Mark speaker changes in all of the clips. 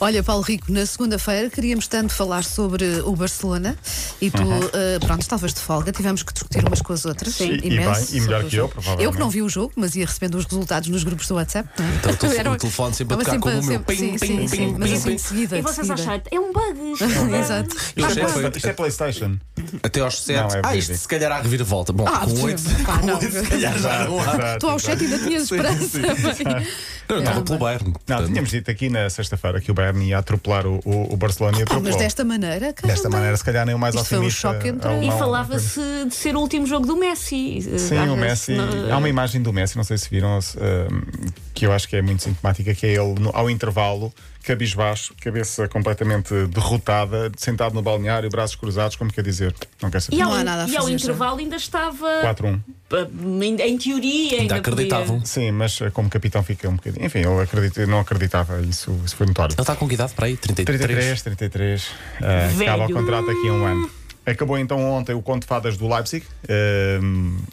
Speaker 1: Olha, Paulo Rico, na segunda-feira queríamos tanto falar sobre o Barcelona e tu, eh, pronto, estavas de folga, tivemos que discutir umas com as outras.
Speaker 2: Sim. E-
Speaker 1: imenso
Speaker 3: e bem, e
Speaker 1: sobre
Speaker 3: melhor
Speaker 1: o
Speaker 3: que eu,
Speaker 1: jogo.
Speaker 3: provavelmente.
Speaker 1: Eu que não vi o jogo, mas ia recebendo os resultados nos grupos do WhatsApp. não é?
Speaker 4: Então, o telefone-
Speaker 1: Era-
Speaker 4: o telefone sempre a
Speaker 1: Estava
Speaker 4: tocar como o meu.
Speaker 1: sempre-
Speaker 4: Ping,
Speaker 1: sim,
Speaker 4: ping,
Speaker 1: sim, sim,
Speaker 4: ping,
Speaker 1: mas
Speaker 4: ping,
Speaker 1: assim
Speaker 4: pim.
Speaker 1: de seguida.
Speaker 2: E
Speaker 1: de
Speaker 2: vocês
Speaker 1: seguida.
Speaker 2: acharam, é um bug. isto, é um bug.
Speaker 1: Exato.
Speaker 4: Eu
Speaker 3: Isto
Speaker 4: achei
Speaker 3: é,
Speaker 4: que foi
Speaker 3: isto é PlayStation.
Speaker 4: até aos 7.
Speaker 3: Não, é
Speaker 4: ah,
Speaker 3: vídeo.
Speaker 4: isto se calhar há reviravolta. Bom,
Speaker 1: Ah,
Speaker 4: com 8.
Speaker 1: pá, não.
Speaker 4: já não há.
Speaker 1: Tu ao chefe ainda tinhas esperança.
Speaker 4: Ah,
Speaker 1: Ah,
Speaker 4: Eu estava pelo Bayern.
Speaker 3: Não,
Speaker 4: portanto.
Speaker 3: tínhamos dito aqui na sexta-feira que o Bayern ia atropelar o, o, o Barcelona e
Speaker 1: Pá,
Speaker 3: atropelou.
Speaker 1: Ah, mas desta maneira, caramba.
Speaker 3: Desta maneira, se calhar nem o mais
Speaker 1: Isto foi um
Speaker 3: otimista.
Speaker 1: choque entre-
Speaker 3: alemão-
Speaker 2: E falava-se de ser o último jogo do Messi.
Speaker 3: Sim, o Messi.
Speaker 1: é?
Speaker 3: Há uma imagem do Messi, não sei se viram, se, hum, que eu acho que é muito sintomática, que é ele no- ao intervalo, cabisbaixo, cabeça completamente derrotada, sentado no balneário, braços cruzados, como quer dizer, não quer
Speaker 2: E
Speaker 3: saber.
Speaker 2: ao,
Speaker 1: Não há nada a
Speaker 2: e ao
Speaker 1: fazer,
Speaker 2: intervalo ainda estava.
Speaker 3: 4-1.
Speaker 2: eh, ainda- Em teoria, ainda,
Speaker 4: Ainda
Speaker 2: podia.
Speaker 4: acreditavam. Ele
Speaker 3: Sim, mas eh, como capitão fica um bocadinho. Enfim, ele acredita, não acreditava, isso, isso foi notório.
Speaker 4: está com que idade para aí? 33.
Speaker 3: 33, 33. eh,
Speaker 2: Velho.
Speaker 3: acaba o contrato aqui a um ano. Acabou então ontem o conto de fadas do Leipzig. eh,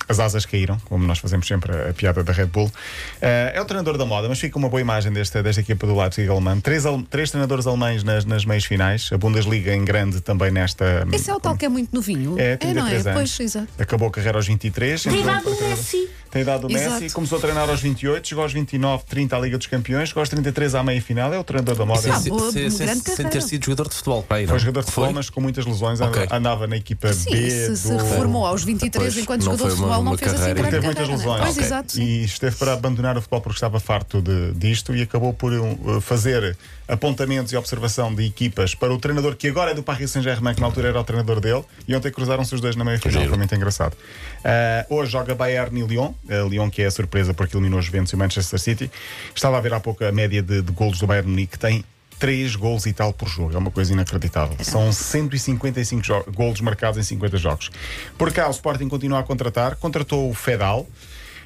Speaker 3: as asas caíram, como nós fazemos sempre a, a piada da Red Bull. Eh, é o treinador da moda, mas fica uma boa imagem desta, desta equipa do Leipzig alemã. Três, ale- três treinadores alemães nas, nas meias finais. A Bundesliga em grande também nesta.
Speaker 1: Esse é o tal que é muito novinho.
Speaker 3: É,
Speaker 1: não
Speaker 3: 33
Speaker 1: é?
Speaker 3: anos.
Speaker 1: Pois, exato.
Speaker 3: Acabou a carreira aos 23.
Speaker 2: Tem
Speaker 3: entrou
Speaker 2: idade do
Speaker 3: para treinador-
Speaker 2: Messi.
Speaker 3: Tem idade do
Speaker 1: Exato.
Speaker 3: Messi. Começou a treinar aos 28, chegou aos 29, 30 à Liga dos Campeões, chegou aos 33 à meia final. É o treinador da moda.
Speaker 4: Sem,
Speaker 1: Ah,
Speaker 4: sem-
Speaker 1: boa,
Speaker 4: sem-
Speaker 1: uma
Speaker 4: sem-
Speaker 1: grande
Speaker 4: sem ter
Speaker 1: carreira.
Speaker 4: sido jogador de futebol. Para aí, não?
Speaker 3: Foi um jogador de futebol,
Speaker 4: Foi?
Speaker 3: mas com muitas lesões. and-
Speaker 4: Ok.
Speaker 3: Andava na equipa
Speaker 1: Sim,
Speaker 3: B.
Speaker 1: se, se
Speaker 3: do-
Speaker 1: reformou aos 23
Speaker 4: Pois,
Speaker 1: enquanto
Speaker 4: não
Speaker 1: jogador de
Speaker 4: foi uma-
Speaker 1: futebol, não
Speaker 4: uma
Speaker 1: fez assim
Speaker 4: carreira.
Speaker 1: grande
Speaker 3: Teve muitas
Speaker 1: carreira, não é?
Speaker 3: lesões.
Speaker 1: Pois,
Speaker 4: Ok.
Speaker 1: exato. sim.
Speaker 3: E esteve para abandonar o futebol porque estava farto de, disto e acabou por um, fazer apontamentos e observação de equipas para o treinador que agora é do Paris Saint-Germain, que na altura era o treinador dele, e ontem cruzaram-se os dois na meia final.
Speaker 4: Giro.
Speaker 3: Foi muito engraçado. Ah, hoje joga Bayern e Lyon. Ah, Lyon que é a surpresa porque eliminou os Juventus e o Manchester City. Estava a ver há pouco a média de, de golos do Bayern Munique, que tem. 3 gols e tal por jogo, é uma coisa inacreditável.
Speaker 2: É
Speaker 3: São 155 jo- golos marcados em 50 jogos. Por cá, o Sporting continua a contratar, contratou o Fedal,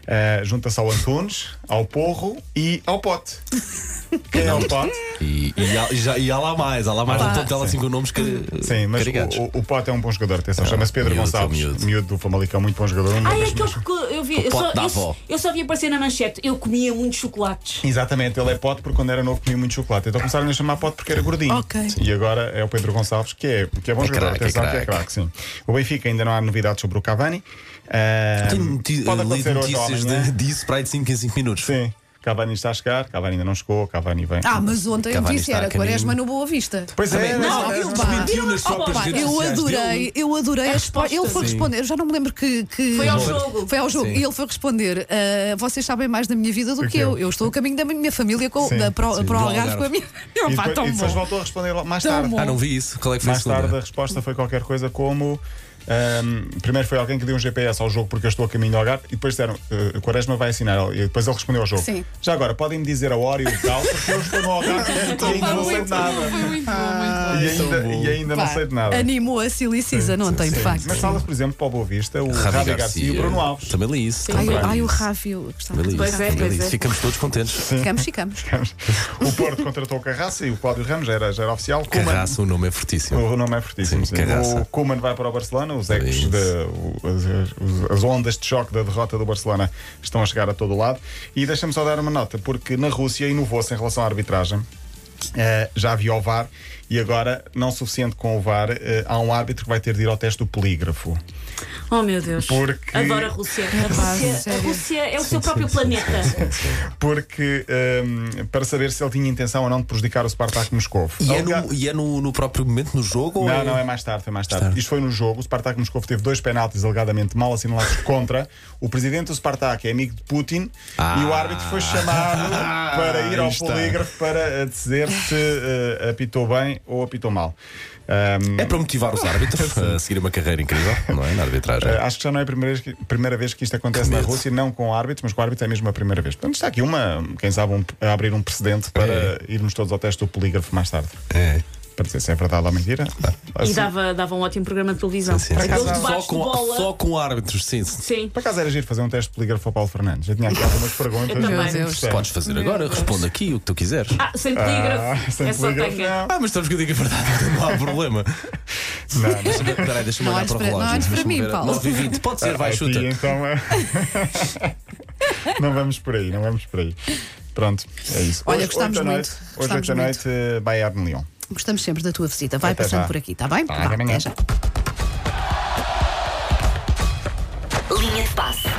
Speaker 3: Uh, Junta-se ao Antunes, ao Porro e ao Pote. Quem é o Pote?
Speaker 4: E, e, há, e já, e há lá mais, há lá mais. Não estão assim com nomes que.
Speaker 3: Sim, mas
Speaker 4: caricados.
Speaker 3: o, o- o Pote é um bom jogador, atenção. Chama-se Pedro
Speaker 4: miúdo,
Speaker 3: Gonçalves,
Speaker 4: é um
Speaker 3: miúdo.
Speaker 4: miúdo.
Speaker 3: do Famalicão, muito bom jogador. Um
Speaker 2: Ah, é
Speaker 3: das-
Speaker 2: aquele que eu vi.
Speaker 4: O
Speaker 2: Eu só,
Speaker 4: pote da
Speaker 2: esse-
Speaker 4: avó.
Speaker 2: eu só vi aparecer na manchete. Eu comia muitos chocolates.
Speaker 3: Exatamente, ele é Pote porque quando era novo comia muito chocolate. Então começaram a chamar Pote porque era gordinho.
Speaker 1: Ok.
Speaker 3: E agora é o Pedro Gonçalves, que é, que é bom
Speaker 4: É
Speaker 3: jogador.
Speaker 4: craque, é
Speaker 3: atenção, que é
Speaker 4: craque.
Speaker 3: craque, sim. O Benfica ainda não há novidades sobre o Cavani. Uh,
Speaker 4: Tenho noti-
Speaker 3: pode
Speaker 4: lido
Speaker 3: acontecer hoje ou
Speaker 4: notícias
Speaker 1: né?
Speaker 3: amanhã.
Speaker 4: de- disso para aí de 5 em 5 minutos.
Speaker 3: Sim, Cavani está a chegar, Cavani ainda não chegou, Cavani vem.
Speaker 1: Ah, mas ontem eu
Speaker 4: Cavani
Speaker 1: disse
Speaker 4: está
Speaker 1: era
Speaker 4: a caminho.
Speaker 1: Quaresma no Boa Vista.
Speaker 3: Pois é,
Speaker 4: Também-
Speaker 3: mas-
Speaker 1: Não,
Speaker 4: mas
Speaker 1: eu-
Speaker 4: desmentiu nas
Speaker 2: Opa,
Speaker 4: próprias
Speaker 2: pá,
Speaker 4: redes
Speaker 1: Eu
Speaker 4: sociais dele.
Speaker 1: adorei, eu adorei
Speaker 2: A
Speaker 1: a resposta. Ele
Speaker 2: resposta.
Speaker 1: foi
Speaker 2: Sim.
Speaker 1: responder, eu já não me lembro que. que-
Speaker 2: Foi ao jogo.
Speaker 1: Foi ao jogo.
Speaker 4: Sim.
Speaker 1: E ele foi responder: "Ah, vocês sabem mais da minha vida do que eu. Eu estou a caminho da minha família com,
Speaker 3: Sim,
Speaker 1: da, pro,
Speaker 4: sim,
Speaker 1: para o
Speaker 4: do
Speaker 1: Algarve com a minha.
Speaker 3: E
Speaker 1: Pá,
Speaker 3: depois,
Speaker 1: tão
Speaker 3: e depois
Speaker 1: bom.
Speaker 3: voltou a responder lá mais
Speaker 1: Tão
Speaker 3: tarde.
Speaker 1: bom.
Speaker 4: Ah, não vi isso. Qual é que foi a
Speaker 3: Mais
Speaker 4: segunda?
Speaker 3: tarde a resposta foi qualquer coisa como. ahm, primeiro foi alguém que deu um GPS ao jogo porque eu estou a caminho do Algarve e depois disseram eh, Quaresma vai assinar e depois ele respondeu ao jogo
Speaker 1: Sim.
Speaker 3: já agora podem me dizer a hora e o local porque eu estou no Algarve e ainda
Speaker 1: Pá,
Speaker 3: não sei
Speaker 1: muito bom,
Speaker 3: de nada
Speaker 1: Foi
Speaker 3: Ah,
Speaker 1: muito bom, muito Ah, bom.
Speaker 3: e ainda, e ainda não
Speaker 1: Pá,
Speaker 3: sei de nada
Speaker 1: Animou a Silly Season ontem, de facto.
Speaker 3: mas fala por exemplo para o Boa Vista o Rádio, Garcia, e o Bruno Alves
Speaker 4: Também li isso.
Speaker 1: Ai,
Speaker 4: também
Speaker 1: eu-
Speaker 4: li
Speaker 1: ai, o
Speaker 4: isso.
Speaker 1: Ravi, eu gostava
Speaker 4: Também li
Speaker 1: muito
Speaker 4: isso,
Speaker 1: do
Speaker 2: é,
Speaker 1: Ravi.
Speaker 4: também li
Speaker 2: pois
Speaker 4: isso.
Speaker 2: é.
Speaker 4: Ficamos todos contentes.
Speaker 1: Ficamos, ficamos.
Speaker 3: o Porto contratou o Carraça e o Cláudio Ramos já era, já era oficial Koeman-
Speaker 4: Carraça, o nome é fortíssimo.
Speaker 3: O nome é fortíssimo.
Speaker 4: Sim,
Speaker 3: sim.
Speaker 4: cagaça.
Speaker 3: O Kuman vai para o Barcelona, os ecos
Speaker 4: Isso.
Speaker 3: de, o- as, as- as ondas de choque da derrota do Barcelona estão a chegar a todo o lado. E deixa-me só dar uma nota, porque na Rússia inovou-se em relação à arbitragem. Eh, já havia o VAR e agora, não suficiente com o VAR, eh, há um árbitro que vai ter de ir ao teste do polígrafo.
Speaker 2: Oh meu Deus.
Speaker 3: Porque-
Speaker 2: Adoro a Rússia. A Rússia, a
Speaker 1: sério.
Speaker 2: Rússia é o seu próprio planeta.
Speaker 3: Porque ehm, para saber se ele tinha intenção ou não de prejudicar o Spartak Moscovo.
Speaker 4: E é,
Speaker 3: Alega-
Speaker 4: no, e é no, no próprio momento, no jogo? ou
Speaker 3: Não, não, é mais tarde, foi mais tarde. Isto foi no jogo. O Spartak Moscou teve dois penaltis alegadamente mal assinalados contra. O presidente do Spartak é amigo de Putin
Speaker 4: Ah.
Speaker 3: e o árbitro foi chamado para ir ao
Speaker 4: Aí está.
Speaker 3: polígrafo para eh, dizer se eh, apitou bem ou apitou mal. Ahm,
Speaker 4: É para motivar os árbitros a seguir uma carreira incrível, não é? Na arbitragem.
Speaker 3: eh, Acho que já não é a primeira vez que, primeira vez que isto acontece
Speaker 4: Que
Speaker 3: na
Speaker 4: medo.
Speaker 3: Rússia, não com árbitros, mas com árbitros é mesmo a primeira vez. Portanto, está aqui uma, quem sabe, um- a abrir um precedente para
Speaker 4: É.
Speaker 3: irmos todos ao teste do polígrafo mais tarde.
Speaker 4: É.
Speaker 3: Para dizer se é verdade ou mentira.
Speaker 2: E dava, dava um ótimo programa de televisão.
Speaker 4: Sim, sim.
Speaker 2: Aqueles
Speaker 4: Só,
Speaker 2: debates de
Speaker 4: com,
Speaker 2: bola.
Speaker 4: só com árbitros, sim. sim.
Speaker 2: Sim.
Speaker 3: Por acaso era giro fazer um teste de polígrafo ao Paulo Fernandes. Eu tinha aqui algumas perguntas.
Speaker 2: Meu
Speaker 3: muito
Speaker 2: Deus.
Speaker 3: interessantes.
Speaker 4: Podes fazer agora, responde aqui o que tu quiseres.
Speaker 2: Ah, sem polígrafo.
Speaker 3: Ah, sem
Speaker 2: é só
Speaker 3: polígrafo,
Speaker 2: teca.
Speaker 4: Ah, mas estamos que eu digo a verdade, não há problema.
Speaker 3: Não, não.
Speaker 4: Deixa-me- Peraí, deixa-me
Speaker 1: Não
Speaker 4: olhar
Speaker 1: olhes
Speaker 4: para
Speaker 1: para-
Speaker 4: o
Speaker 1: não
Speaker 4: relógio.
Speaker 1: olhes para
Speaker 4: Deixa-me
Speaker 1: mim,
Speaker 4: ver.
Speaker 1: Paulo.
Speaker 4: 9 e 20, pode ser, vai,
Speaker 3: Ah,
Speaker 4: chuta.
Speaker 3: aqui, então, é- não vamos por aí, não vamos por aí. Pronto, é isso.
Speaker 1: Olha,
Speaker 3: Hoje,
Speaker 1: gostamos
Speaker 3: oito da
Speaker 1: muito,
Speaker 3: noite- Hoje,
Speaker 1: gostamos
Speaker 3: 8 da noite, eh, Bayern Lyon.
Speaker 1: Gostamos sempre da tua visita. Vai
Speaker 3: Até
Speaker 1: passando
Speaker 3: já.
Speaker 1: por aqui, está bem?
Speaker 3: Tá,
Speaker 1: Vá,
Speaker 3: até amanhã.
Speaker 1: já.
Speaker 5: Linha de passe.